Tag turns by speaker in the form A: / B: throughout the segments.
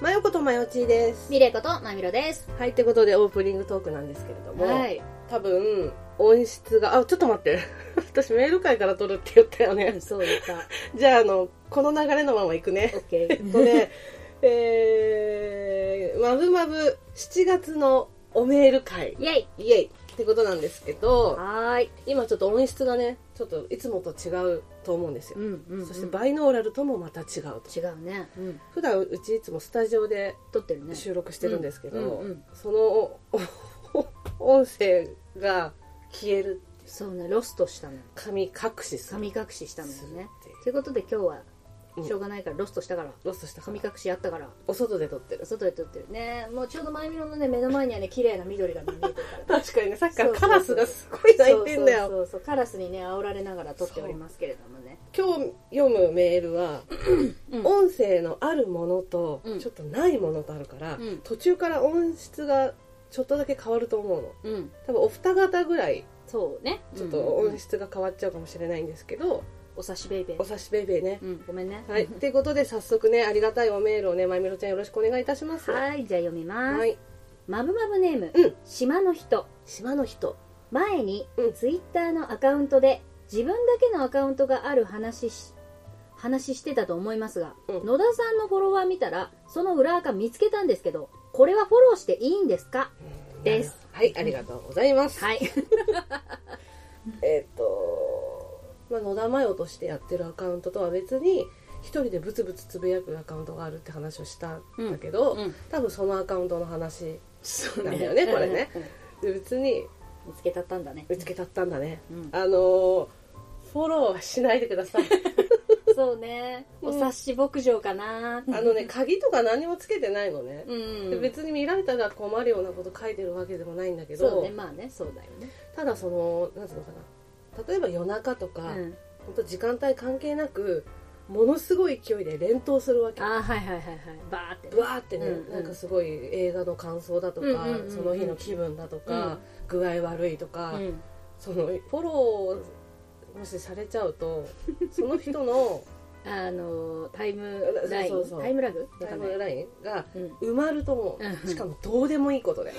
A: マヨコとマヨチーです
B: ミレコとマミロです。
A: はいってことでオープニングトークなんですけれども、
B: はい。
A: 多分音質があちょっと待って 私メール会から撮るって言ったよね
B: そう言った。
A: じゃああのこの流れのままいくね
B: オッケ
A: えっとねえー、まぶまぶ7月のおメール会
B: ー。 イェイ
A: イエイってことなんですけど
B: はーい。
A: 今ちょっと音質がねちょっといつもと違うと思うんですよ、
B: んう
A: そしてバイノーラルともまた違うと
B: 違うね。うん。
A: 普段うちいつもスタジオで
B: 撮ってるね。
A: 収録してるんですけど、
B: うんうんうん
A: そのお お音声が消える
B: そうね、ロストしたの。
A: 神隠しさ
B: 神隠ししたんだよね
A: そう。
B: ということで今日は
A: うん、
B: しょうがないからロストしたから、
A: ロストした
B: 神
A: 神
B: 隠しやったから、
A: お外で撮ってる
B: 外で撮ってるね。もうちょうど前見ろのね、目の前にはね、綺麗な緑がね見えてる から。
A: 確かにねさっきから
B: そうそ
A: カ
B: う
A: ラスがすごい鳴いてんだよ
B: そうそうそうそうカラスにね煽られながら撮っておりますけれどもね
A: 今日読むメールは、
B: うん
A: 音声のあるものと、
B: うん
A: ちょっとないものとあるから、
B: うん
A: 途中から音質がちょっとだけ変わると思うの
B: うん
A: 多分お二方ぐらい
B: そうね
A: ちょっと
B: うんうんう
A: 音
B: ん
A: 質が変わっちゃうかもしれないんですけど、
B: お刺しベイベ
A: お
B: ー
A: 差しベイベーね
B: う、んごめんね
A: はいということで早速ねありがたいおメールをねまみろちゃんよろしくお願いいたします
B: はいじゃあ読みます、
A: はい
B: マブマブネーム、
A: うん
B: 島の人
A: 島の人
B: 前に
A: うん
B: ツイッターのアカウントで自分だけのアカウントがある話し話してたと思いますが、
A: うん
B: 野田さんのフォロワー見たらその裏垢見つけたんですけどこれはフォローしていいんですかです
A: はいありがとうございます、
B: はい
A: えっ、と、まあ、野田真代としてやってるアカウントとは別に一人でブツブツつぶやくアカウントがあるって話をしたんだけど、
B: うん
A: 多分そのアカウントの話
B: そう
A: なんだよねこれね
B: うんうん
A: で別に
B: 見つけたったんだね
A: 見つけたったんだね、
B: うん
A: あのーフォローはしないでください
B: そうね、
A: うん
B: お察し牧場かな
A: あの ね鍵とか何もつけてないのね、
B: うん
A: で別に見られたら困るようなこと書いてるわけでもないんだけ
B: そう
A: ど、
B: ねまあねそうだよね
A: ただそのなんつうのかな例えば夜中とか、
B: うん
A: 本当時間帯関係なくものすごい勢いで連投するわけ
B: ああはいはいはいはいバーってね
A: ブワーってね、
B: うんうん
A: なんかすごい映画の感想だとか、
B: うんうんうんうん
A: その日の気分だとか、具合悪いとか、
B: うん
A: そのフォローもしされちゃうとその人の
B: あのタイムライン
A: そうそうそう
B: タイムラグわ
A: タ
B: か
A: イ
B: んない
A: ムラインが
B: うん
A: 埋まると思
B: うんう
A: うんしかもどうでもいいことで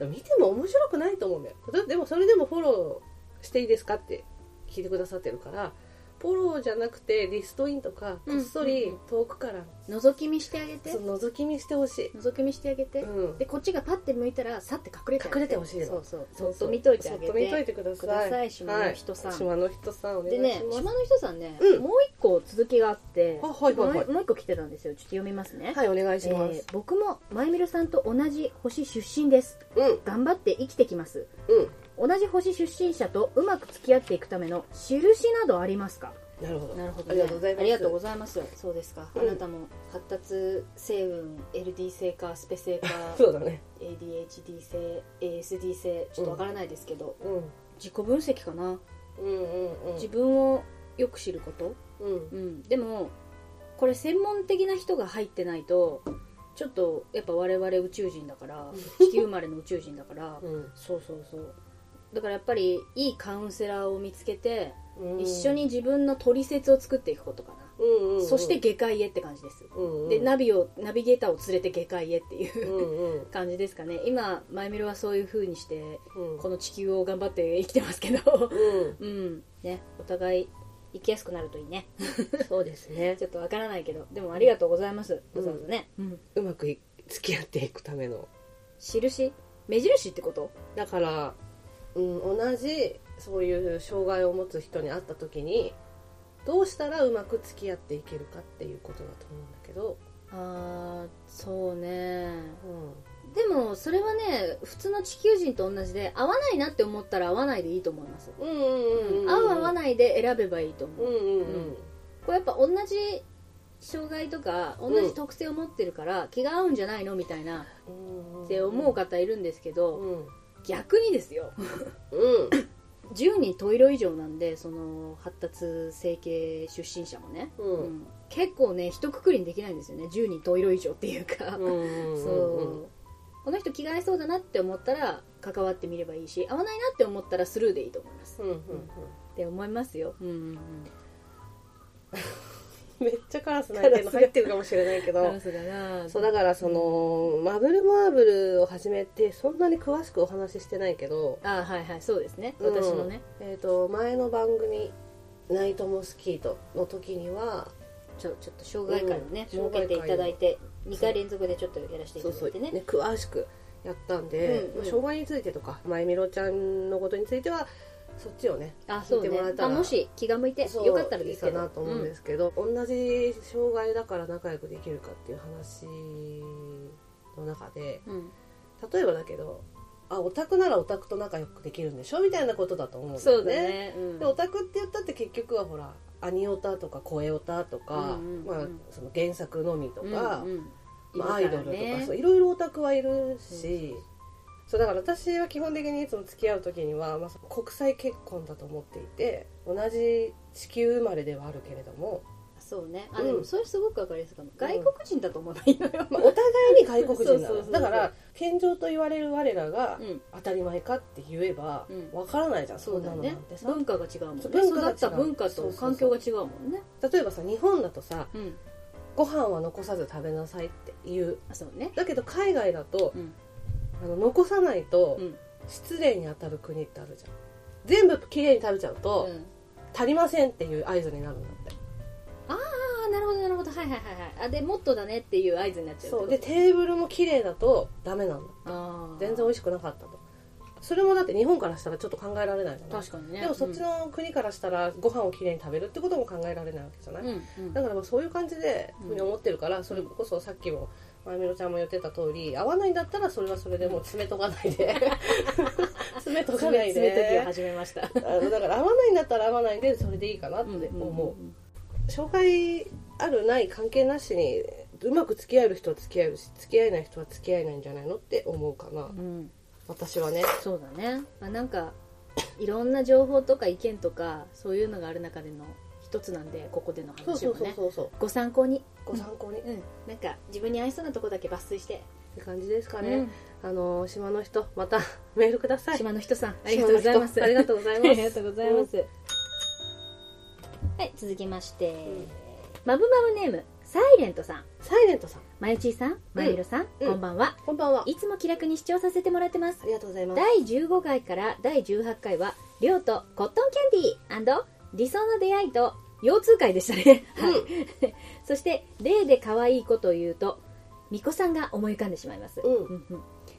B: うん
A: 見ても面白くないと思うんだよだでもそれでもフォローしていいですかって聞いてくださってるからフォローじゃなくてリストインとかこっそ
B: うん
A: り
B: うん
A: 遠くから
B: 覗き見してあげて
A: そう覗き見してほしい、
B: 覗き見してあげて、
A: うん
B: でこっちがパッて向いたらさって隠れてあげ
A: 隠れてほしいの
B: そうそう
A: そ
B: そうう
A: そう
B: そう見といてあ
A: そ
B: げ
A: っと見といて
B: て
A: ください
B: ください島の人さん
A: はい島の人さんお願い
B: で
A: し
B: ね
A: ます
B: 島の人さんね、
A: うん
B: もう一個続きがあって
A: あはいはいはい
B: もうもう一個来てたんですよちょっと読みますね、
A: はいお願いしま
B: え
A: す
B: ー、僕もまゆみるさんと同じ星出身です
A: うん
B: 頑張って生きてきます
A: うん
B: 同じ星出身者とうまく付き合っていくための印などありますか
A: なるほど
B: なるほど、ね、
A: ありがとうございます
B: ありがとうございますそうですか、
A: うん
B: あなたも発達成分 LD 性かスペ性か
A: そうだね
B: ADHD 性 ASD 性ちょっとわからないですけど、
A: うん
B: 自己分析かな、
A: うんうんうん
B: 自分をよく知ること、
A: うん
B: うん、でもこれ専門的な人が入ってないとちょっとやっぱ我々宇宙人だから地球生まれの宇宙人だ から
A: うん
B: そうそうそうだからやっぱりいいカウンセラーを見つけて、
A: うん
B: 一緒に自分の取説を作っていくことかな、
A: うんうんうん
B: そして下界へって感じです、
A: うんうん
B: でナビをナビゲーターを連れて下界へっていうう、
A: んうん
B: 感じですかね今マイミルはそういう風にして
A: うん
B: この地球を頑張って生きてますけど
A: うん
B: うんねお互い生きやすくなるといいね
A: そうですね
B: ちょっとわからないけどでもありがとうございます、
A: うん
B: わざわざね、うん、
A: うまくい付き合っていくための
B: 印目印ってこと
A: だからうん同じそういう障害を持つ人に会った時にどうしたらうまく付き合っていけるかっていうことだと思うんだけど
B: ああそうね
A: うん
B: でもそれはね普通の地球人と同じで合わないなって思ったら合わないでいいと思います、
A: うんうんうん
B: 合う合わないで選べばいいと思
A: う
B: う、
A: んうんうん
B: これやっぱ同じ障害とか同じ特性を持ってるから、気が合うんじゃないのみたいな
A: うん
B: って思う方いるんですけど、
A: うん
B: 逆にですよ
A: うん
B: 10人十色以上なんでその発達整形出身者もね、
A: うん
B: うん結構ね一括りにできないんですよね10人十色以上っていうか、そうこの人着替えそうだなって思ったら関わってみればいいし合わないなって思ったらスルーでいいと思います
A: うんうんうん
B: って思いますようんうんうん
A: めっちゃカラス泣いてるの入ってるかもしれないけ
B: カ
A: ど
B: ラスだな
A: そうだからその、マブルマーブルを始めてそんなに詳しくお話ししてないけど、
B: あはいはいそうですね
A: うん
B: 私のね、
A: えっ、と前の番組「ナイト・モスキート」の時には
B: ちょちょっと障害会をね、
A: うん
B: 設けていただいて2回連続でちょっとやらせていた
A: そう
B: だ
A: そ
B: いうて
A: ね
B: ね
A: 詳しくやったんで、
B: うんうん
A: まあ障害についてとかまゆみろちゃんのことについてはそっちをね
B: あそう
A: 聞いて
B: ね
A: もらえた
B: あ
A: ら
B: もし気が向いて
A: そう
B: よかったらです
A: い
B: けど
A: いかなと思うんですけど、同じ障害だから仲良くできるかっていう話の中で
B: うんうん
A: 例えばだけどあオタクならオタクと仲良くできるんでしょみたいなことだと思うんだ
B: そ
A: よ
B: うだ
A: ね。
B: ね、うん
A: でオタクって言ったって結局はほらアニオタとか声オタとか、
B: うんうんうん
A: まあ、その原作のみとか、
B: うんうん
A: まあ、ア
B: い
A: イ
B: るか
A: ドル
B: ら
A: と
B: ね
A: かそういろいろオタクはいるし、そうだから私は基本的にいつも付き合う時には、まあ、その国際結婚だと思っていて同じ地球生まれではあるけれども、
B: そうねあ、
A: うん
B: でもそれすごくわかりやすいかも外国人だと思えばいいのよ、
A: まあ、お互いに外国人なの
B: そうそうそうそう
A: だから健常と言われる我らが
B: うん
A: 当たり前かって言えば
B: うん
A: わからないじゃん、
B: そうんだ
A: なのな
B: ね
A: んてさ、
B: 文化が違うもんね
A: そう文化が違う
B: 育った文化と環境が違うもんね
A: 例えばさ日本だとさ
B: うん
A: ご飯は残さず食べなさいって言う
B: あそうね
A: だけど海外だと、
B: うん
A: あの残さないと
B: うん
A: 失礼に当たる国ってあるじゃん全部きれいに食べちゃうと、
B: うん
A: 足りませんっていう合図になるんだって
B: ああなるほどなるほどはいはいはいはいあでもっとだねっていう合図になっちゃう
A: そう
B: って
A: で
B: こと
A: テーブルもきれいだとダメなんだ
B: あー
A: 全然美味しくなかったとそれもだって日本からしたらちょっと考えられないじゃない
B: 確かにね
A: でもそっちの国からしたらご飯をきれいに食べるってことも考えられないわけじゃない、
B: うんうん
A: だからまあそういう感じで
B: うん
A: ふうに思ってるから、それこそさっきもまゆみろちゃんも言ってた通り合わないんだったらそれはそれでもう詰めとかない で詰めとかない
B: 爪研ぎ
A: で
B: を始めましたっ
A: あのだから合わないんだったら合わないでそれでいいかなって思う障害あるない関係なしにうまく付き合える人は付き合えるし付き合えない人は付き合えないんじゃないのって思うかな、
B: うん、
A: 私はね
B: そうだね、まあ、なんかいろんな情報とか意見とかそういうのがある中での一つなんでここでの
A: そう
B: 話
A: そ
B: を
A: う
B: ね
A: そうそうそう
B: ご参考に
A: ご参考に、っ
B: うんなんか自分に合いそうなとこだけ抜粋して、
A: て感じですか
B: う
A: ね
B: ん、
A: あの島の人またメールください
B: 島の人さんありがとうございます
A: 島の人ありがとうございます
B: ありがとうございますはい続きまして、マブマブネームサイレントさん
A: サイレントさん
B: まゆちーさんまゆろさん、
A: うん
B: こんばんは
A: こんばんはい
B: つも気楽に視聴させてもらってます
A: ありがとうございます
B: 第15回から第18回はりょうとコットンキャンディー理想の出会いと腰痛会でしたね、はいそして例で可愛いことを言うと巫女さんが思い浮かんでしまいます、
A: うん
B: うん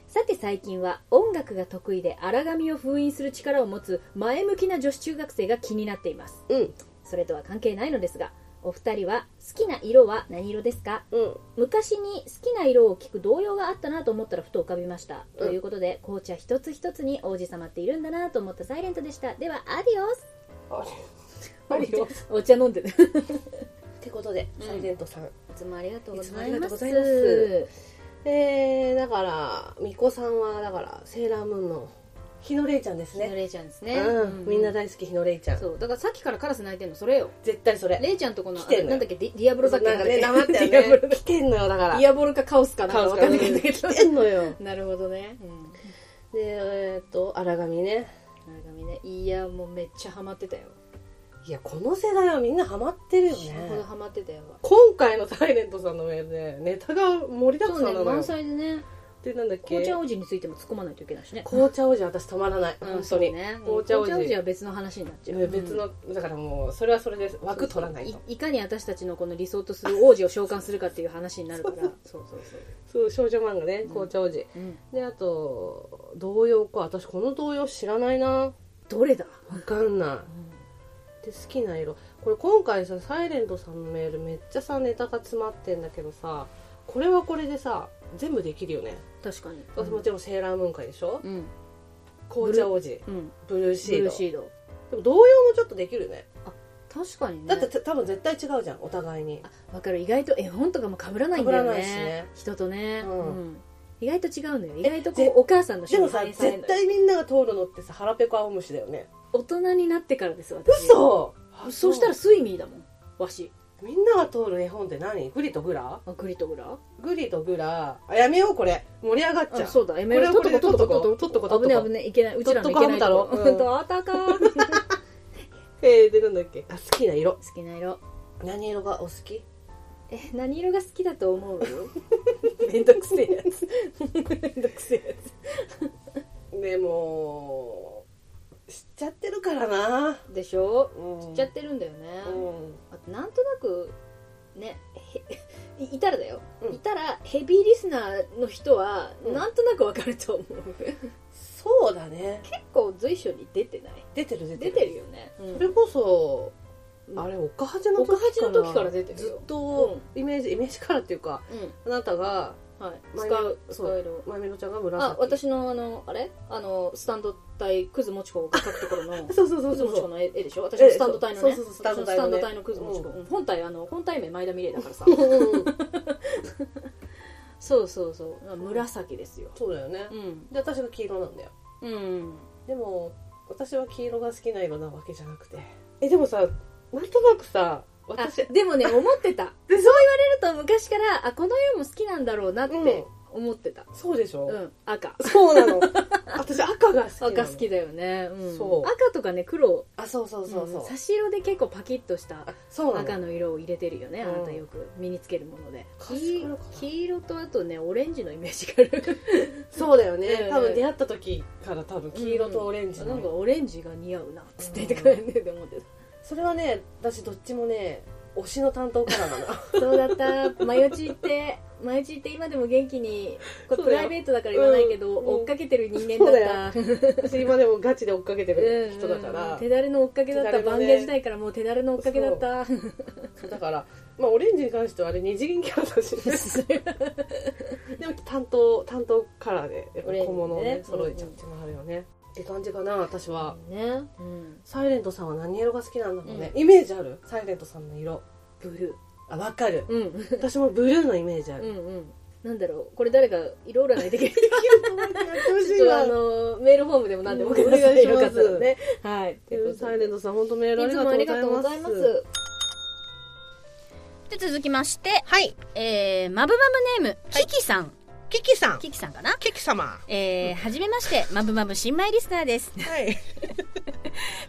B: さて最近は音楽が得意で荒髪を封印する力を持つ前向きな女子中学生が気になっています
A: うん
B: それとは関係ないのですがお二人は好きな色は何色ですか
A: うん
B: 昔に好きな色を聞く動揺があったなと思ったらふと浮かびました、
A: うん
B: ということで紅茶一つ一つに王子様っているんだなと思ったサイレントでしたではアディオス
A: あありがとうございま
B: お茶お茶飲んでるい
A: ってことで
B: うん
A: サイレントさん、
B: つもありがとうござ
A: い
B: い
A: つもありがと
B: ま
A: う
B: す
A: ございますえー、だから巫女さんはだからセーラームーンの日のれいちゃんです
B: 日の
A: ね
B: レイちゃんですね、
A: うんみんな
B: だ
A: 大好き日のれいちゃん
B: そうだからさっきからカラス泣いてんのそれよ
A: 絶対それ
B: レイちゃんとこの
A: 来てんのよ
B: あなんだっけディディアブロだっけ
A: なんかね、
B: なん
A: 黙
B: だっ
A: っ
B: け
A: た
B: ディアブ
A: よ
B: ロ
A: ね。来てんのよ、だから。
B: ディアボロかカオスかなんかわかんなかったけど
A: 来てんのよ。
B: なるほどね、うん
A: で、えーっと、荒髪ね。
B: なんかみんないやもうめっちゃハマってたよ、
A: いや、この世代はみんなハマってるよ
B: 死ぬほ
A: ね
B: ど。ハマってたよ
A: 今回のサイレントさんのメールで、ネタが盛りだく
B: そう
A: さん
B: ね
A: なのよ。
B: 満
A: っ
B: 載でね
A: てなんだっけ
B: 紅茶王子についても突っ込まないといけないしね
A: 紅茶王子は私止まらない。
B: うん
A: 本
B: そ
A: 当
B: う
A: に。
B: ね
A: 紅茶王子
B: 紅は別の話になっちゃう
A: 別
B: うん
A: の、だからもう、それはそれで枠取らない
B: そう
A: と
B: そ。ういいかに私たちのこの理想とする王子を召喚するかっていう話になる からそうそうそう
A: そう、少女漫画ね、紅茶王子。
B: うん
A: で、あと、童謡か。私、この童謡知らないな。
B: どれだ
A: わかんない。で好きな色これ今回さ「サイレントさんのメールめっちゃさネタが詰まってんだけどさこれはこれでさ全部できるよね
B: 確かに
A: 私もちろんセーラームーン会でしょ、
B: うん
A: 紅茶王子
B: うん
A: ブルー
B: ブ
A: シー
B: ルー
A: ド
B: シード
A: でも同様もちょっとできるよね
B: 確かにね
A: だってた多分絶対違うじゃんお互いに
B: あわかる意外と絵本とかも被らないんだ
A: 被
B: よ
A: らないしね
B: ね人とね
A: うん
B: うん意外と違うのよ意外と
A: ぜ
B: こうお母さんの
A: で
B: 趣
A: も
B: 味
A: さ
B: 反映される
A: 絶
B: の
A: 対
B: よ
A: みんなが通るのってさ腹ペコ青虫だよね
B: 大人になってからです私
A: 嘘あ
B: そうしたらスイミーだもんわし
A: みんなが通る絵本って何グリとグラ
B: あグリとグラ
A: グリとグラあやめようこれ盛り上がっちゃ
B: あ
A: う
B: そうだ、エメ
A: これ
B: ラ
A: は
B: 取っと
A: こ
B: こ取
A: れ
B: っとこ
A: 取っとこ
B: 危
A: 取っとこ
B: ね危ねいけないうちらのいけな
A: 取
B: い
A: っとこハム太郎うん
B: どうたか好
A: えー、でなんだっけあ好きな色
B: きな色
C: 何色がお好き
B: え何色が好きだと思うめんどくせえやつめんどくせえや
C: でも知っちゃってるからな、
B: つでしょ
C: うん、
B: 知っちゃってるんだよね、
C: うん
B: あとなんとなくねへ いいたらだよ、
C: うん
B: いたらヘビーリスナーの人は
C: うん
B: なんとなくわかると思う、結
C: そうだね
B: 構随所に出てない
C: 出てる出て
B: 出
C: る
B: てるよね、
C: それこそあれ岡八の時から
B: 岡八の時から出てるよ
C: ずっとイメージ、イメージからっていうかあ
B: う
C: なたが
B: んはい
C: ま
B: 使
C: ゆ
B: う使
C: そう
B: える
C: まゆみろちゃんが紫
B: あ私のあのあれあのスタンド対クズモチコが描くところの
C: そうそうそう
B: クズ
C: そ
B: モ
C: う
B: チ
C: そ
B: コ
C: う
B: の絵でしょ私のスタンド対のね
C: ええそうそうそうスタンド隊のね
B: 私のスタンド対のクズモチコ、うん本体あの本体名前田美玲だか らさ
C: うん
B: そうそうそう紫ですよ
C: そうだよね
B: うん
C: で私が黄色なんだよ
B: うん
C: でも私は黄色が好きな色なわけじゃなくてえでもさなんとなくさ
B: あ
C: 私
B: でもね思っ てたそう言われると昔からあこの色も好きなんだろうなっ
C: うん
B: て思ってた、
C: そうでしょ、
B: うん赤
C: そうなの 私赤が好きなの
B: 赤好きだよね、うん
C: そう
B: 赤とかね黒
C: あそうそうそうそう、
B: ん差し色で結構パキッとした
C: あそうなの
B: 赤の色を入れてるよね、
C: うん
B: あなたよく身につけるもので
C: 賢いのかな
B: 黄黄色とあとねオレンジのイメージがある
C: そうだよ
B: うんう
C: ね
B: ん
C: 多分出会った時から多分 黄色とオレンジ
B: な
C: の、
B: んかオレンジが似合うなっつって言ってくれるんで 思ってた
C: それはね私どっちもね推しの担当カラーなの
B: そうだったマヨチーってマヨチーって今でも元気にこれ
C: そう
B: プ
C: だよ
B: ライベートだから言わないけど、
C: うん
B: 追っかけてる人間だった
C: 私今でもガチで追っかけてる人だか
B: うんうんう
C: ら
B: ん手だれの追っかけだっ
C: 手
B: た
C: だれの
B: 番
C: ね
B: 屋時代からもう手だれの追っかけだった
C: そうだからまあオレンジに関してはあれ二次元キャラだし、ね、でも担当担当カラーでやっぱ小物を
B: オレンジで
C: ね
B: ね
C: 揃えちゃうっていうのがあるよね、って感じかな私は、
B: ね、うん、
C: サイレントさんは何色が好きなんだろうね、イメージあるサイレントさんの色
B: ブル
C: あわかる
B: ーうん
C: 私もブルーのイメージあ
B: う
C: る、
B: んうんなんだろうこれ誰か色占いできるち
C: ち
B: ょっとあのメールフォームでも何でもください
C: うんお願
B: よか
C: い
B: っ
C: したます
B: らねはいということ
C: サ
B: で
C: イレントさん本当メールあ
B: い
C: り
B: つ
C: が
B: もありが
C: と
B: と
C: う
B: う
C: ご
B: ご
C: ざ
B: ざ
C: い
B: い
C: ま
B: ますす。
D: で続きまして、
A: はい、
D: えー、マブマブネーム、キキさん。
A: キキさん、
D: キキさんかな
A: キキ様。
D: えー、はじめまして、マブマブ新米リスナーです。
A: はい、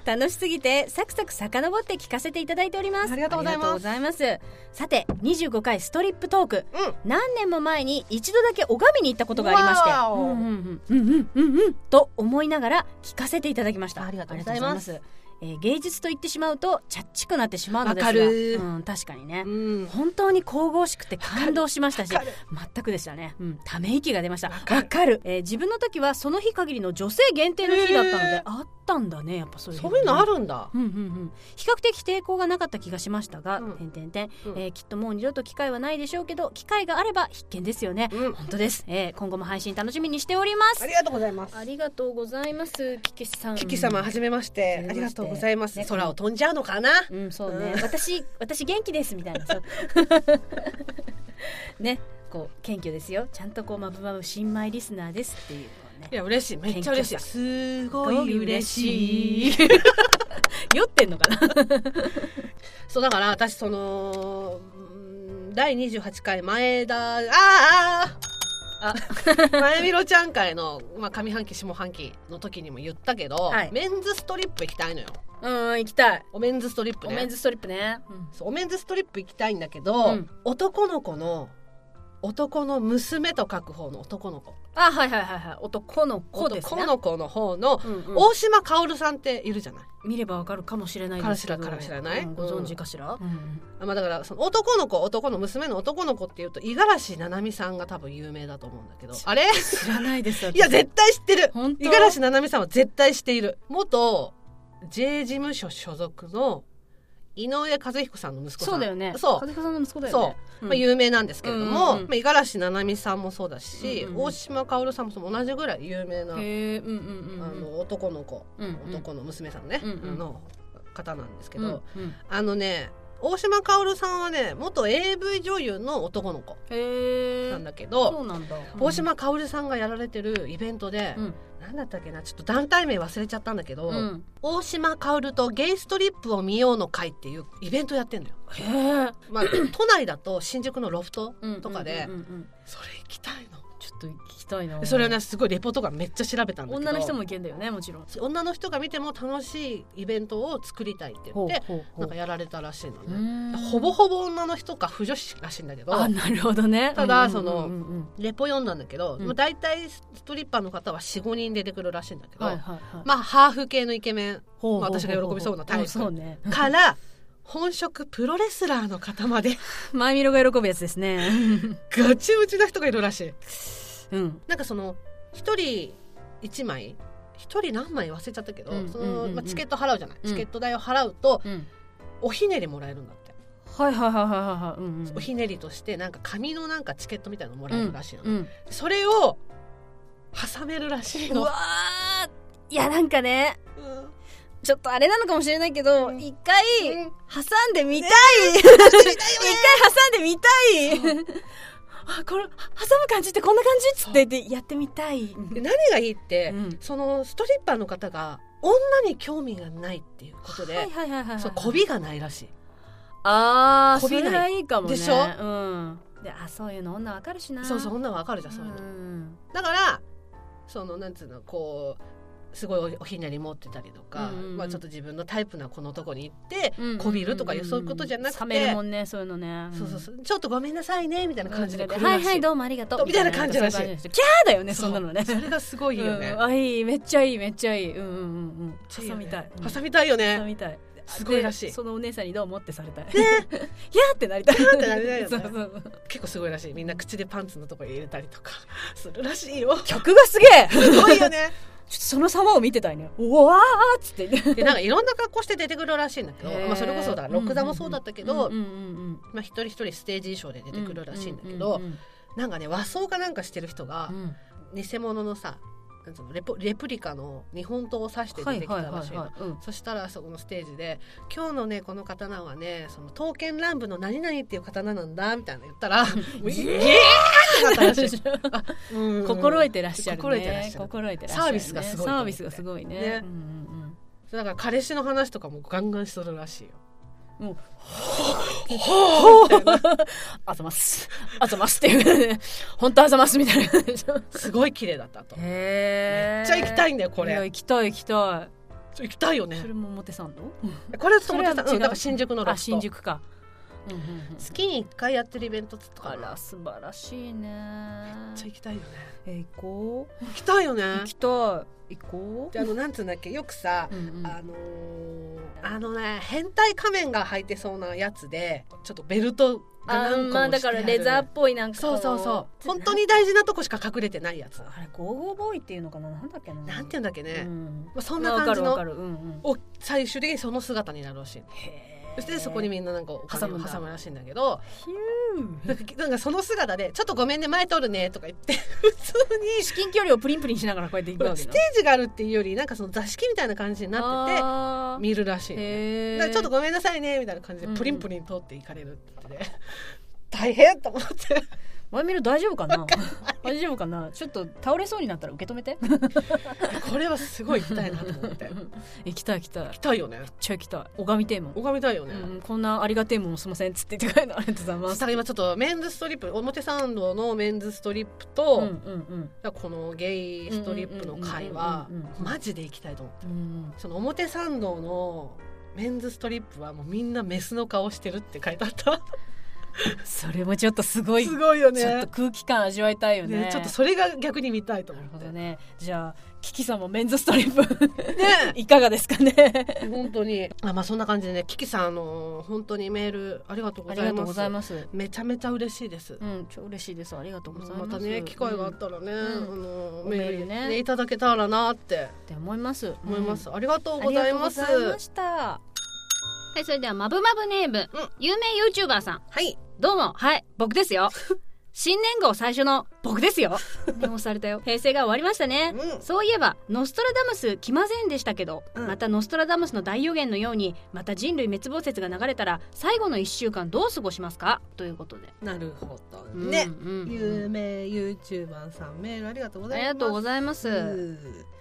D: 楽しすぎて、サクサク遡って聞かせていただいております。
A: ありがとうござい
D: あり
A: ます
D: がとうございますさて、25回ストリップトーク。
A: う
D: 何年も前に一度だけ拝みに行ったことがありまして
A: わーお
D: うんうんうんうんうんうんうんと思いながら聞かせていただきました
A: ありがとうござ
D: あり
A: います
D: がとうございますえー芸術と言ってしまうとチャッチくなってしまうのですが
A: わかる
D: うん、確かにね、
A: ん、うん、
D: 本当に神々しくて感動しましたし
A: わかる
D: 全くでしたね、うん、ため息が出ましたわかるえー自分の時はその日限りの女性限定の日だったので、
A: へー
D: あったんだねやっぱそういう
A: そういうのあ
D: る
A: るんだ。
D: うんうんうん、比較的抵抗がなかった気がしましたが、
A: うん
D: 点々点
A: うん
D: えーきっともう二度と機会はないでしょうけど機会があれば必見ですよね、
A: うん
D: 本当です、えー今後も配信楽しみにしております
A: ありがとうございます。
D: ありがとうございますキキさん
A: キキ様、はじめまして
D: はじめまし。て
A: ありがとうございます。
D: ね
A: 空を飛んじゃうのかな。
D: うんそう
A: う
D: ね
A: ん
D: 私私元気ですみたいなそう ねこう謙虚ですよちゃんとこうまぶまぶ新米リスナーですっていうのを
A: い
D: ね
A: や、嬉しい、めっちゃ嬉しい。すごい嬉しい。
D: 酔ってんのかな
A: そう、だから、私、その。うん第28回前田あーあ
D: あ
A: ー前みろちゃん会の、まあ、上半期下半期の時にも言ったけど、
D: はい
A: メンズストリップ行きたいのよ
D: うん行きたい
A: おメンズストリップ
D: お
A: ね
D: メンズストリップね、うん
A: そうおメンズストリップ行きたいんだけど、
D: うん
A: 男の子の男の娘と書く方の男の子
D: あはいはいはいはい男の子ですね
A: 男の子の方の、
D: うんうん
A: 大島かおるさんっているじゃない
D: 見ればわかるかもしれないですけど
A: から知らから知らない
D: うんご存知かしら、うん
A: あ、まあ、だからその男の子男の娘の男の子っていうと五十嵐七海さんが多分有名だと思うんだけどあれ
D: 知らないです私
A: いや絶対知ってる
D: 本当
A: 五十嵐七海さんは絶対知っている元 J 事務所所属の井上和彦さんの息子さん
D: そうだよね
A: そう
D: 和彦さんの息子だよ
A: そ
D: ね
A: う、
D: ん
A: まあ、有名なんですけれども、
D: うんうんうん
A: まあ、五十嵐七海さんもそうだ
D: う
A: し、
D: んうんうん
A: 大島かおるさんもそう同じぐらい有名な、
D: へえうんうんうんうん
A: あの男の子、
D: うんうん
A: 男の娘さんね、
D: うんうん
A: あの方なんですけ
D: うん
A: ど、
D: うん
A: あのね大島かおるさんはね元 AV 女優の男の子
D: へえ
A: なんだけ
D: そ
A: ど、
D: うなんだ
A: 大島かおるさんがやられてるイベントで、
D: うん
A: なんだったっけなちょっと団体名忘れちゃったんだけど、
D: うん
A: 大島かおるとゲイストリップを見ようの会っていうイベントやってんのよ。
D: へえ
A: まあ、都内だと新宿のロフトとかで、
D: うんうんうんうん
A: それ行きたいの
D: ちょ
B: ちょっと聞きたいな
A: それはねすごいレポートがめっちゃ調べたんだけど
B: 女の人もいけんだよねもちろん
A: 女の人が見ても楽しいイベントを作りたいって言ってなんかやられたらしいのねほぼ
B: ぼ
A: ほぼ女の人か不女子らしいんだけど
B: あなるほどね
A: ただ
B: うん
A: その
B: うんうんうん
A: レポ読んだんだけど、
B: うん
A: まあ大体ストリッパーの方は45人出てくるらしいんだけど、
B: はいはいはい
A: まあハーフ系のイケメン
B: ほう
A: まあ
B: ほう
A: 私が喜びそうなタイプ
B: んそう ね
A: から本職プロレスラーの方まで
B: マイミロが喜ぶやつですね
A: ガチムチな人がいるらしい
B: うん
A: なんかその一人一枚一人何枚忘れちゃったけど、
B: うん
A: そ
B: うんう
A: の、
B: んうん
A: まあ、チケット払うじゃない、
B: うん
A: チケット代を払うと
B: うん
A: おひねりもらえるんだって、
B: はいはいはいはいはいうんうん
A: おひねりとしてなんか紙のなんかチケットみたいなのもらえるらしいの、
B: うん
A: それを挟めるらしいうの
B: わーいやなんかね
A: うん
B: ちょっとあれなのかもしれないけど、
A: うん
B: 一回
A: うん
B: 挟んでみたい、 一回挟んでみたいあ これ挟む感じってこんな感じっつってでやってみたい
A: で何がいいって、
B: うん
A: そのストリッパーの方が女に興味がないっていうことで、
B: はいはいはいはい
A: そう媚びがないらしい
B: ああそ
A: 媚び
B: れ
A: ない
B: はいいかもね
A: でしょ
B: うんであそういうの女わかるしな
A: そうそう
B: う
A: 女はわかるじゃんそういうの、
B: ん
A: だからそのなんつうのこうすごいおひねり持ってたりとか、
B: うんうんうん
A: まあ、ちょっと自分のタイプな子のとこに行って
B: うん
A: こびるとかいうそういうことじゃなくて、
B: 冷めるもんねそういうのね
A: そうそうそうちょっとごめんなさいねみたいな感じで来るらしい、
B: はいはいどうもありがとう
A: みたいな感じらしい
B: そうう感じキャーだよねそんなのね
A: そうそれがすごいよね、
B: うんあいいめっちゃいいめっちゃいいうんうんうんうん
A: いい
B: 挟
A: よね
B: みたい
A: 挟みたいよね
B: 挟みたい
A: すごいらしい
B: でそのお姉さんにどうもってされたいねやーってなりたい
A: ーってなりたいよね
B: そうそうそう
A: 結構すごいらしいみんな口でパンツのとこに入れたりとかするらしいよ
B: 曲がすげえちょっ
A: すごい よね
B: とその様を見てたいねうわーっつってね
A: でなんかいろんな格好して出てくるらしいんだけど
B: へ、ー
A: まあ、それこそだからロック座もそうだったけど、
B: うんうんうん
A: まあ、一人一人ステージ衣装で出
B: うん
A: てくるらしいんだけど、
B: うんうん
A: なんかね和装かなんかしてる人が
B: うん
A: 偽物のさなんつうのレポレプリカの日本刀を刺して
B: は
A: 出
B: い
A: てきた
B: はいはい
A: らしいの。
B: はい うん
A: そしたらそこのステージで「今日のねこの刀はねその刀剣乱舞の何々っていう刀なんだ」みたいなの言ったら「も うイエー!」ってなったらしいうん
B: 心得てらっしゃるね
A: 心得てらっしゃる
B: 心得てらっしゃ
A: サ
B: るね
A: ービスがすごいと思って
B: サービスがすごいね
A: ね
B: うんうんうん
A: だから彼氏の話とかもガンガンするらしいよ。
B: もう
A: ほーみたいな
B: あざます。あざますっていう、 ね。本当あざますみたいな。
A: すごい綺麗だったと。めっ
B: へ
A: ちゃ行きた
B: い
A: いんだよこ
B: いや、
A: れ。
B: 行きたい行きた
A: 行きたいよ
B: い。そ
A: ね。
B: れも表参道
A: これちょっと思ってた。うん
B: それは違う
A: だから新宿のロ
B: あ、
A: フト
B: 新。宿か。うんうんうん
A: 月に1回やってるイベントっつったか
B: あ
A: な
B: ら、素晴らしいね。
A: めっちゃ行きたいよね。
B: え、行こう。
A: 行きたいよね。
B: 行きたい。行こ
A: であのなんつうんだっけよくさ
B: う。、うんうん
A: あのーあのね変態仮面が履いてそうなやつでちょっとベルトが
E: あ
A: 何個もして
E: まあだからレザーっぽいなんか
A: そうそうそう
E: こ
A: 本当に大事なとこしか隠れてないやつ
B: あれ、ゴーゴーボーイっていうのかななんだっけな。
A: なんていうんだっけね、
B: う
A: ま
B: ん
A: あ、そんな感じの
B: わかるわかる。うんうん。
A: を最終的にその姿になるらしいの
B: へ
A: そしてそこに
B: 見
A: みんななんかお金
B: 挟む
A: を
B: んだ
A: 挟むらしいんだけどなんかなんかその姿で「ちょっとごめんね前通るね」とか言って普通に
B: 至近距離をプリンプリンしながらこうやって行くわけ
A: ス
B: な
A: テージがあるっていうよりなんかその座敷みたいな感じになってて
B: あー
A: 見るらしいのね
B: へ
A: だから
B: ー
A: ちょっとごめんなさいねみたいな感じで
B: うんうん
A: プリンプリン通っていかれるって 言ってね大変と思って
B: マイミル大丈夫かな大丈夫かなちょっと倒れそうになったら受け止めて
A: これはすごい行きたいなと思って行
B: 行きたい行きたいめっ
A: きたいよね
B: ちゃ行きたい拝みてえもん、
A: 拝みたいよね、
B: うん、こんなありがてえもんすいませんっつって言って帰るのありがとうござい
A: そ
B: ま
A: し
B: す
A: たら今ちょっとメンズストリップ表参道のメンズストリップ
B: うんう
A: と、
B: ん
A: このゲイストリップの会は
B: うんうんうんうんうん
A: マジで行きたいと思う
B: うんうん
A: その表参道のメンズストリップはもうみんなメスの顔してるって書いてあった
B: それもちょっと すごい
A: すごいよね
B: ちょっと空気感味わいたいよね
A: ねちょっとそれが逆に見たいと思
B: なる
A: っ
B: ほ
A: て
B: どねじゃあキキさんもメンズストリップ
A: ね
B: いかがですかね
A: 本当にあまあそんな感じでねキキさんあのー本当にメール ありがとうご
B: あ
A: ざ
B: り
A: います
B: がとうございます
A: めちゃめちゃ嬉しいです、
B: うん超嬉しいですありがとうございます
A: またね機会があったらね、
B: ん
A: あのー
B: お
A: メ
B: メ
A: ー
B: ー
A: ル
B: ル
A: ね
B: ね
A: いただけたらなって
B: って思います
A: 思います、
B: うん
A: ありがとう
B: あ
A: ご
B: りが
A: ざ
B: と
A: いう
B: ご
A: ます
B: ざいました
E: はいそれではマブマブネーブ、有名 YouTuber さん
A: はい
E: どうも、はい、僕です よ。新年号最初の僕ですよ。メモされたよ。平成が終わりましたね。
A: うん
E: そういえば、ノストラダムス来ませんでしたけど、またノストラダムスの大予言のように、また人類滅亡説が流れたら、最後の1週間どう過ごしますかということで。
A: なるほどね、
E: うんうんうん
A: 有名 YouTuber さんメールありがとうご
E: あ
A: ざい
E: り
A: ます
E: がとうございます。
A: うん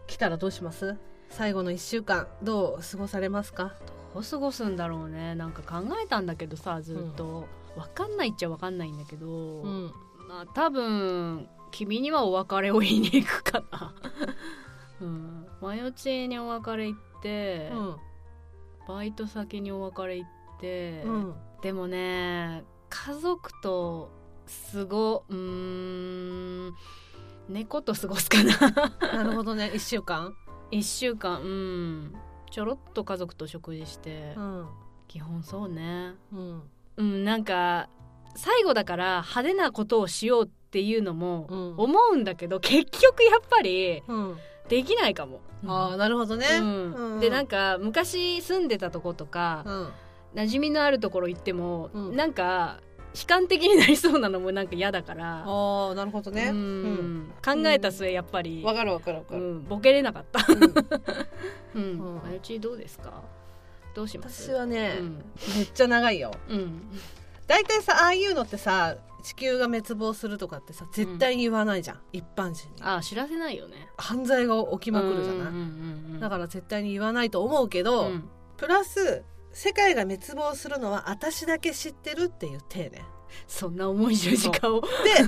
A: 来たらどうします最後の一週間どう過ごされますか
E: どう過ごすんだろうね。なんか考えたんだけどさ、ずっと。わかんないっちゃわかんないんだけど、
A: うん
E: まあ多分
B: 君にはお別れを言いに行くか なうんマヨチにお別れ行って、バイト先にお別れ行って、
A: うんうん
B: でもね家族とすごうーん猫と過ごすかな
A: なるほどね1週 間
B: 一週間うんちょろっと家族と食事して、
A: ん
B: 基本そうね
A: うん
B: うんなんか最後だから派手なことをしようっていうのも
A: うん
B: 思うんだけど、結局やっぱり
A: うん
B: できないかも。
A: ああなるほどね
B: うんでなんか昔住んでたとことか、
A: うん
B: 馴染みのあるところ行っても、
A: うん
B: なんか悲観的になりそうなのもなんか嫌だから、
A: ああなるほどね
B: う
A: うん
B: ん考えた末やっぱり
A: わ、かるわかるわか
B: う
A: る、
B: ん、ボケれなかった、
A: うん
B: うん
A: うん
B: あゆちどうですかどうします
A: 私はね、
B: うん
A: めっちゃ長いよ
B: うん
A: 大体さああいうのってさ地球が滅亡するとかってさ絶対に言わないじゃん、一般人に
B: ああ知らせないよね
A: 犯罪が起きまくるじゃない、
B: うんうんうん
A: だから絶対に言わないと思うけど、
B: うん
A: プラス世界が滅亡するのは私だけ知ってるっていう体ね
B: そんな重い十字架を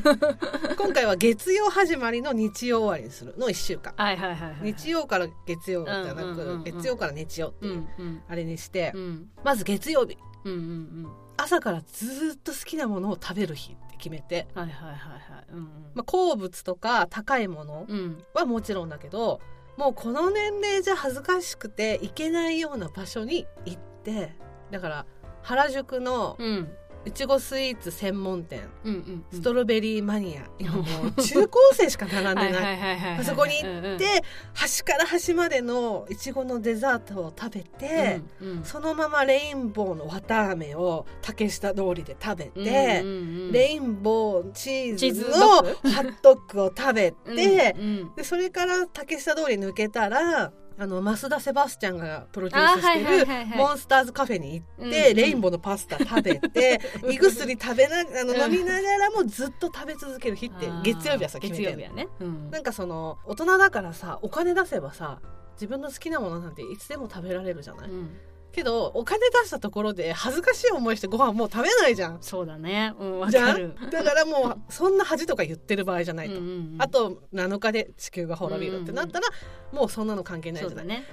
A: で今回は月曜始まりの日曜終わりにするの1週間
B: はいはいはい、はい、
A: 日曜から月曜じゃなく、
B: うんうんうんうん
A: 月曜から日曜って
B: う
A: いう、
B: んうん
A: あれにして、
B: うん
A: まず月曜日
B: うんうんうん
A: 朝からずーっと好きなものを食べる日って決めて、
B: はいはいはいはいうんうん
A: まあ、好物とか高いもの
B: うん
A: はもちろんだけどもうこの年齢じゃ恥ずかしくて行けないような場所に行ってだから原宿の
B: うん
A: いちごスイーツ専門店、
B: うんう
A: ス
B: ん
A: トロベリーマニア、
B: うん
A: も う中高生しか並んでない
B: はいはいはいはいはい
A: あそこに行
B: うんうん
A: で端から端までのいちごのデザートを食べて、
B: うんうん
A: そのままレインボーの綿あめを竹下通りで食べ
B: うん
A: て、
B: うんうん
A: レインボーチ
B: チ
A: ー
B: ー
A: ズ
B: ズ
A: の
B: ドッ
A: ハットックを食べて、
B: うんうん
A: でそれから竹下通り抜けたらあの増田セバスチャンがプロデュー
B: あ
A: ス
B: は
A: して
B: いはい
A: る
B: はいはい
A: モンスターズカフェに行って、
B: うん
A: レインボーのパスタ食べ て胃薬食べなあの
B: うん
A: 飲みながらもずっと食べ続ける日って
B: あー
A: 月曜日はさ決め
B: 月
A: て
B: 曜
A: ん
B: 日
A: の
B: はね、うん
A: なんかその大人だからさお金出せばさ自分の好きなものなんていつでも食べられるじゃない、
B: うん
A: けどお金出したところで恥ずかしい思いしてご飯もう食べないじゃん
B: そうだねうんわ
A: じ
B: か
A: ゃ
B: る
A: んだからもうそんな恥とか言ってる場合じゃないと、
B: うんうんうん
A: あと7日で地球が滅びるってなったら、もうそんなの関係ない
B: そ
A: じ
B: う
A: ゃな
B: だ
A: い、
B: ね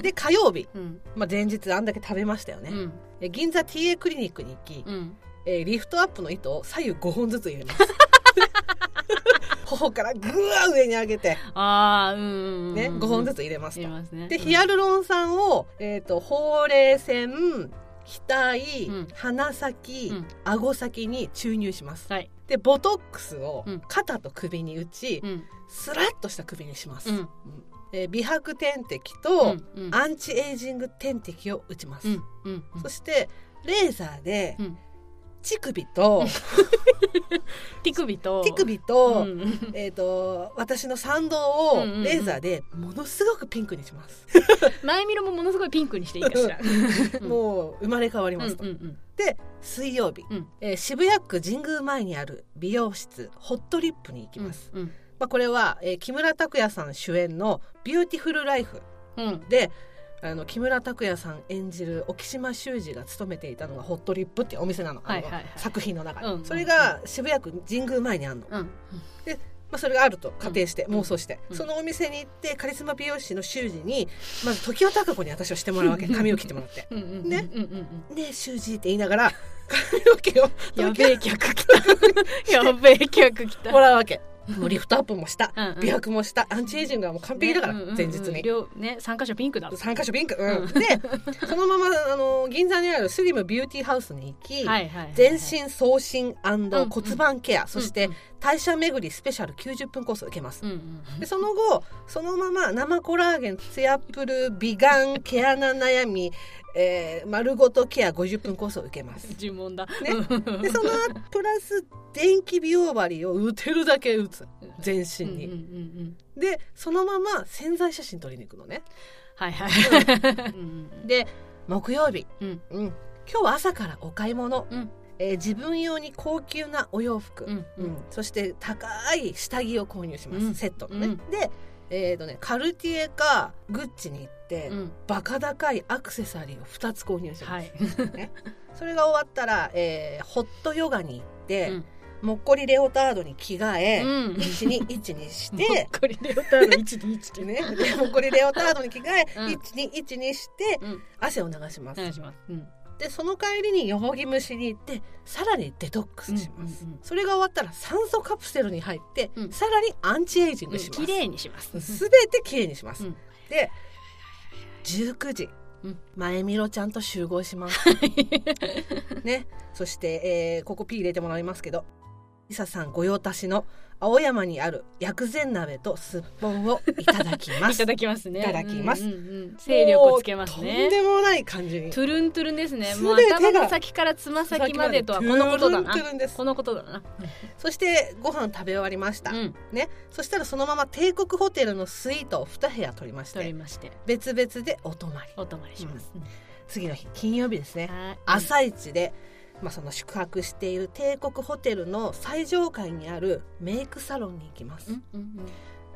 A: で火曜日、
B: うん
A: まあ、前日あんだけ食べましたよね、
B: うん
A: え銀座 TA クリニックに行き、
B: うん
A: えーリフトアップの糸を左右5本ずつ入れます 頬からぐわー上に上げて、
B: ああうんうんうん
A: ね、5本ずつ入れます
B: 入
A: と
B: れますね
A: でヒアルロン酸を、えー、とほうれい線額、
B: うん
A: 鼻先、
B: うん
A: 顎先に注入します
B: はい
A: でボトックスを
B: うん
A: 肩と首に打ち、
B: うん
A: スラッとした首にします、
B: うん
A: えー美白点滴
B: う
A: と、
B: んうん
A: アンチエイジング点滴を打ちます、
B: うんうん
A: そしてレーザーで
B: うん
A: 乳首と
B: 手首と
A: 手首
B: う
A: と,、
B: ん
A: えー、と私の参道を
B: うんうんうん
A: レーザーでものすごくピンクにします、
B: 前見ろもものすごいピンクにしていいかしら うん
A: もう生まれ変わりますと、
B: うんうん
A: で水曜日、
B: うん
A: えー渋谷区神宮前にある美容室ホットリップに行き
B: うん
A: ます、
B: うん
A: まあ、これは、えー木村拓哉さん主演の「ビューティフルライフ
B: うん
A: で」あの木村拓哉さん演じる沖島修二が勤めていたのがホットリップっていうお店なの,あの、
B: はいはいはい
A: 作品の中で、
B: うんうん
A: それが渋谷区神宮前にあるの、ま
B: うん
A: あ、それがあると仮定して、妄想して、
B: うん
A: そのお店に行ってカリスマ美容師の修二にまず常盤貴子に私をしてもらうわ け髪を切ってもらって
B: うんうんうん
A: ね
B: うんうんう
A: 「
B: ん
A: ねえ修二」って言いなが ら髪の毛を
B: やべえ客来た やべえ客来た
A: もらうわけもうリフトアップもした
B: うんうん
A: 美白もしたアンチエイジングはもう完璧だから、
B: ねうんうんうん
A: 前日に。
B: 両ね三箇所ピンクだ
A: 3箇所ピンク、
B: う
A: うんん、でそのままあの銀座にあるスリムビューティーハウスに行き、
B: はいはいはい
A: 全身送信
B: うん
A: 骨盤ケア、そして
B: うん
A: 代謝巡りスペシャル90分コースを受けます、
B: うんうん
A: でその後そのまま生コラーゲンツヤプル美顔毛穴悩み、えー丸ごとケア50分コースを受けます
B: 呪文だ
A: ねでそのプラス電気美容針を打てるだけ打つ全身
B: うんうんうん
A: に、
B: うん
A: でそのまま潜在写真撮りに行くのね
B: はいはいうん
A: で木曜日、
B: うん
A: 今日は朝からお買い物、
B: うん
A: えー自分用に高級なお洋服、
B: うんう
A: うんんそして高い下着を購入します、
B: うん
A: セットのね、
B: うん
A: で、えーとね、カルティエかグッチに行って、
B: うん
A: バカ高いアクセサリーを2つ購入します、
B: はい
A: それが終わったら、えーホットヨガに行って、
B: うん
A: もっこりレオタードに着替え、
B: うん
A: 一に一にし
B: で
A: て、
B: これレオタード1で1でね
A: ね、でもっこりレオタードに着替え、
B: うん
A: 一に一にして
B: うん
A: 汗を流します、
B: お願いしますうん
A: でその帰りによもぎ蒸しに行ってさらにデトックスします、
B: うんうんうん
A: それが終わったら酸素カプセルに入って、
B: うん
A: さらにアンチエイジングします、
B: 綺麗にします
A: すべて綺麗にします、
B: うん
A: で19時、
B: うん
A: 前みろちゃんと集合し ますねそして、えーここ P 入れてもらいますけどリサさん御用達の青山にある薬膳鍋とすっぽんをいただきま
B: い
A: す
B: ただきますね
A: いただきます
B: うんうんうん精力をつけます
A: もうとん
B: ね
A: でもない感じに
B: トゥルントゥルンですね
A: すべ
B: もう
A: てが
B: 頭の先からつま先までとはこのことだな
A: トゥルントゥルンです
B: このことだな
A: そしてご飯食べ終わりました、
B: うん
A: ねそしたらそのまま帝国ホテルのスイートを2部屋取りまし
B: 取り
A: て
B: まして
A: 別々でお泊まり
B: お泊まりします
A: 次の日金曜日ですね
B: はい
A: 朝一で、まあ、その宿泊している帝国ホテルの最上階にあるメイクサロンに行きます、
B: うんうん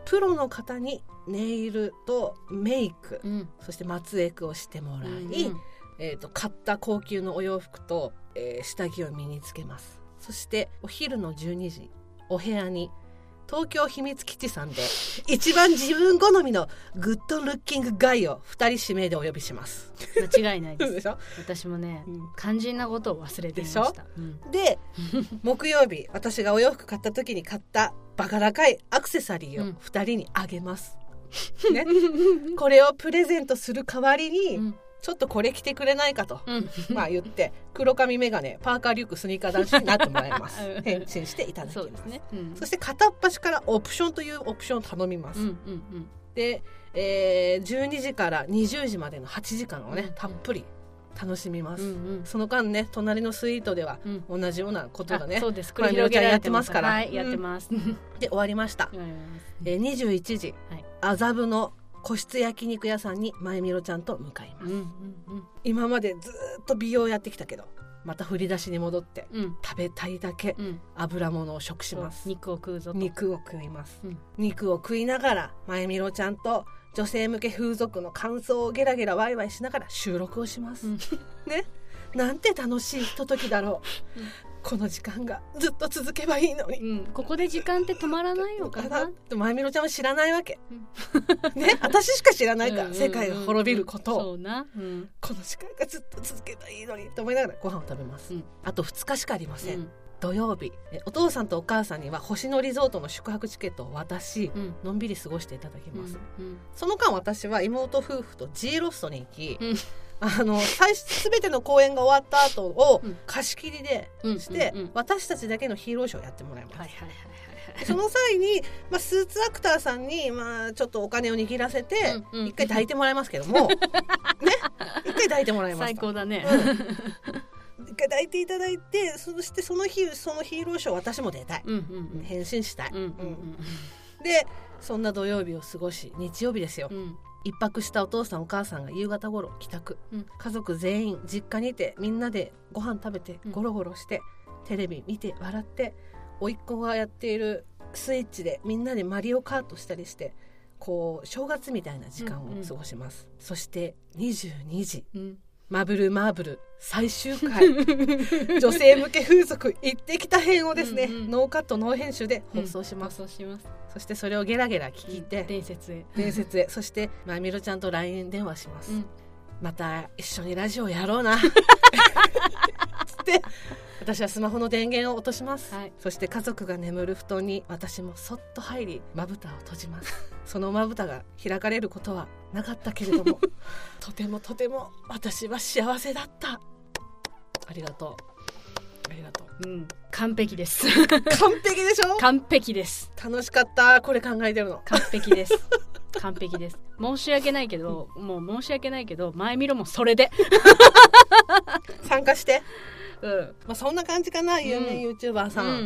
A: プロの方にネイルとメイク、
B: うんうん
A: そして松エクをしてもらい、
B: うん
A: えー、と買った高級のお洋服と、えー下着を身につけますそしてお昼の12時お部屋に東京秘密基地さんで一番自分好みのグッドルッキングガイを2人指名でお呼びします。
B: 間違いないで
A: です しょ、
B: 私もね
A: うん
B: 肝心なことを忘れていましたうん
A: で木曜日私がお洋服買った時に買ったバカ高いアクセサリー
B: う
A: を
B: ん
A: 2人にあげます、ね、これをプレゼントする代わりに、
B: うん
A: ちょっとこれ着てくれないかと、
B: うん
A: まあ言って黒髪メガネパーカーリュックスニーカー男子になってもらいます
B: うん
A: 返信していただき
B: そ
A: ま
B: う
A: す
B: ですねうん
A: そして片っ端からオプションというオプションを頼みます、
B: うんうん
A: で、えー12時から20時までの8時間をね、
B: うん
A: たっぷり楽しみま
B: うんう
A: す、
B: ん
A: その間ね隣のスイートでは
B: うんうん
A: 同じようなことがね
B: あそうです
A: まあ
B: 繰り広げられ
A: み
B: は
A: ろ
B: い
A: ちゃ
B: や
A: ん
B: っ
A: やってて
B: ますうん
A: で終わりました、
B: やります
A: えー、21時
B: はい
A: 麻布、の個室焼肉屋さんに前みろちゃんと向かい ます、
B: うんうん
A: 今までずーっと美容やってきたけどまた振り出しに戻って
B: うんうん
A: 食べたいだけ
B: うん
A: 油物を食し
B: そう
A: ます
B: 肉を食うぞと
A: 肉を食います、
B: うん
A: 肉を食いながら前みろちゃんと女性向け風俗の感想をゲラゲラワイワイしながら収録をします、
B: うん
A: ねなんて楽しいひとときだろう、
B: うん
A: この時間がずっと続けばいいのに
B: うんここで時間って止まらないのかな
A: でも前みろちゃんは知らないわけ、
B: う
A: ね私しか知らないか
B: う
A: ら
B: ん
A: 世界が滅びることを、
B: そうなうん
A: この時間がずっと続けばいいのにと思いながらご飯を食べます、
B: うん
A: あと2日しかありま
B: う
A: せん、
B: ん
A: 土曜日えお父さんとお母さんには星野リゾートの宿泊チケットを渡し
B: うん
A: のんびり過ごしていただき
B: う
A: ます、
B: ん
A: その間私は妹夫婦と G ロフトに行き、
B: うん
A: あの最初全ての公演が終わった後を
B: うん
A: 貸し切りで
B: うん
A: して、
B: うんうん
A: 私たちだけのヒーローショーをやってもらいます、
B: はいはいはいはいはい
A: その際に、まあ、スーツアクターさんに、まあ、ちょっとお金を握らせて、
B: うんうん
A: 一回抱いてもらいますけど もね一回抱いてもらいます
B: 最
A: と
B: 高だね
A: うん一回抱いていただいてそしてその日そのヒーローショー私も出たい、
B: うんうん
A: 変身したい、
B: うんうんうん
A: でそんな土曜日を過ごし日曜日ですよ、
B: うんうん
A: 一泊したお父さんお母さんが夕方頃帰宅、
B: うん
A: 家族全員実家にてみんなでご飯食べて
B: うん
A: ゴロゴロして、テレビ見て笑って甥っ子がやっているスイッチでみんなでマリオカートしたりしてこう正月みたいな時間を過ごします、そして22時
B: うん
A: マブルマーブル最終回 女性向け風俗行ってきた編をですね、
B: うんうん
A: ノーカットノー編集で放送します、
B: そうします
A: そしてそれをゲラゲラ聞いて
B: 伝説へ
A: 伝説へそしてまあみろちゃんと LINE 電話します、
B: うん
A: また一緒にラジオやろう なつって私はスマホの電源を落とします、
B: はい
A: そして家族が眠る布団に私もそっと入りまぶたを閉じますそのまぶたが開かれることはなかったけれど もとてもとても私は幸せだったありがとうありがとう
B: うん完璧です
A: 完璧でしょ
B: 完璧です
A: 楽しかったこれ考えてるの
B: 完璧です完璧です申し訳ないけどもう申し訳ないけど前見ろもそれで
A: 参加して、
B: うん
A: まあ、そんな感じかな有名 YouTuber さ、
B: うんんう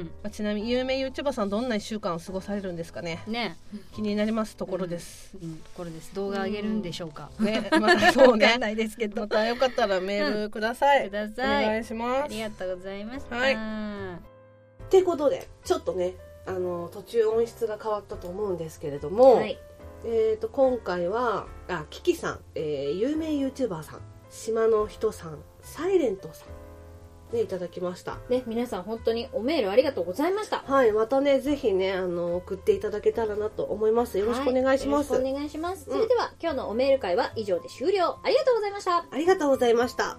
B: ん
A: まあ、ちなみに有名 YouTuber さんどんな1週間を過ごされるんですかね
B: うんね
A: 気になりますところです、
B: うんこれです動画上げるんでしょうか
A: ねまあそう
B: わ
A: ね
B: かんないですけど
A: またよかったらメールください、
B: ください
A: お願いし
B: あ
A: ます
B: りがとうございました、
A: はい
F: ってことでちょっとねあの途中音質が変わったと思うんですけれども、
G: はい
F: えー、と今回はあキキさん、えー有名 YouTuber さん島の人さんサイレントさん
A: ねいただきました
B: ね、皆さん本当におメールありがとうございました。
A: はいまたねぜひねあの送っていただけたらなと思いますよろしくお願いします、
B: はよろしくお願いします。それでは、今日のおメール会は以上で終了。ありがとうございました。
A: ありがとうございました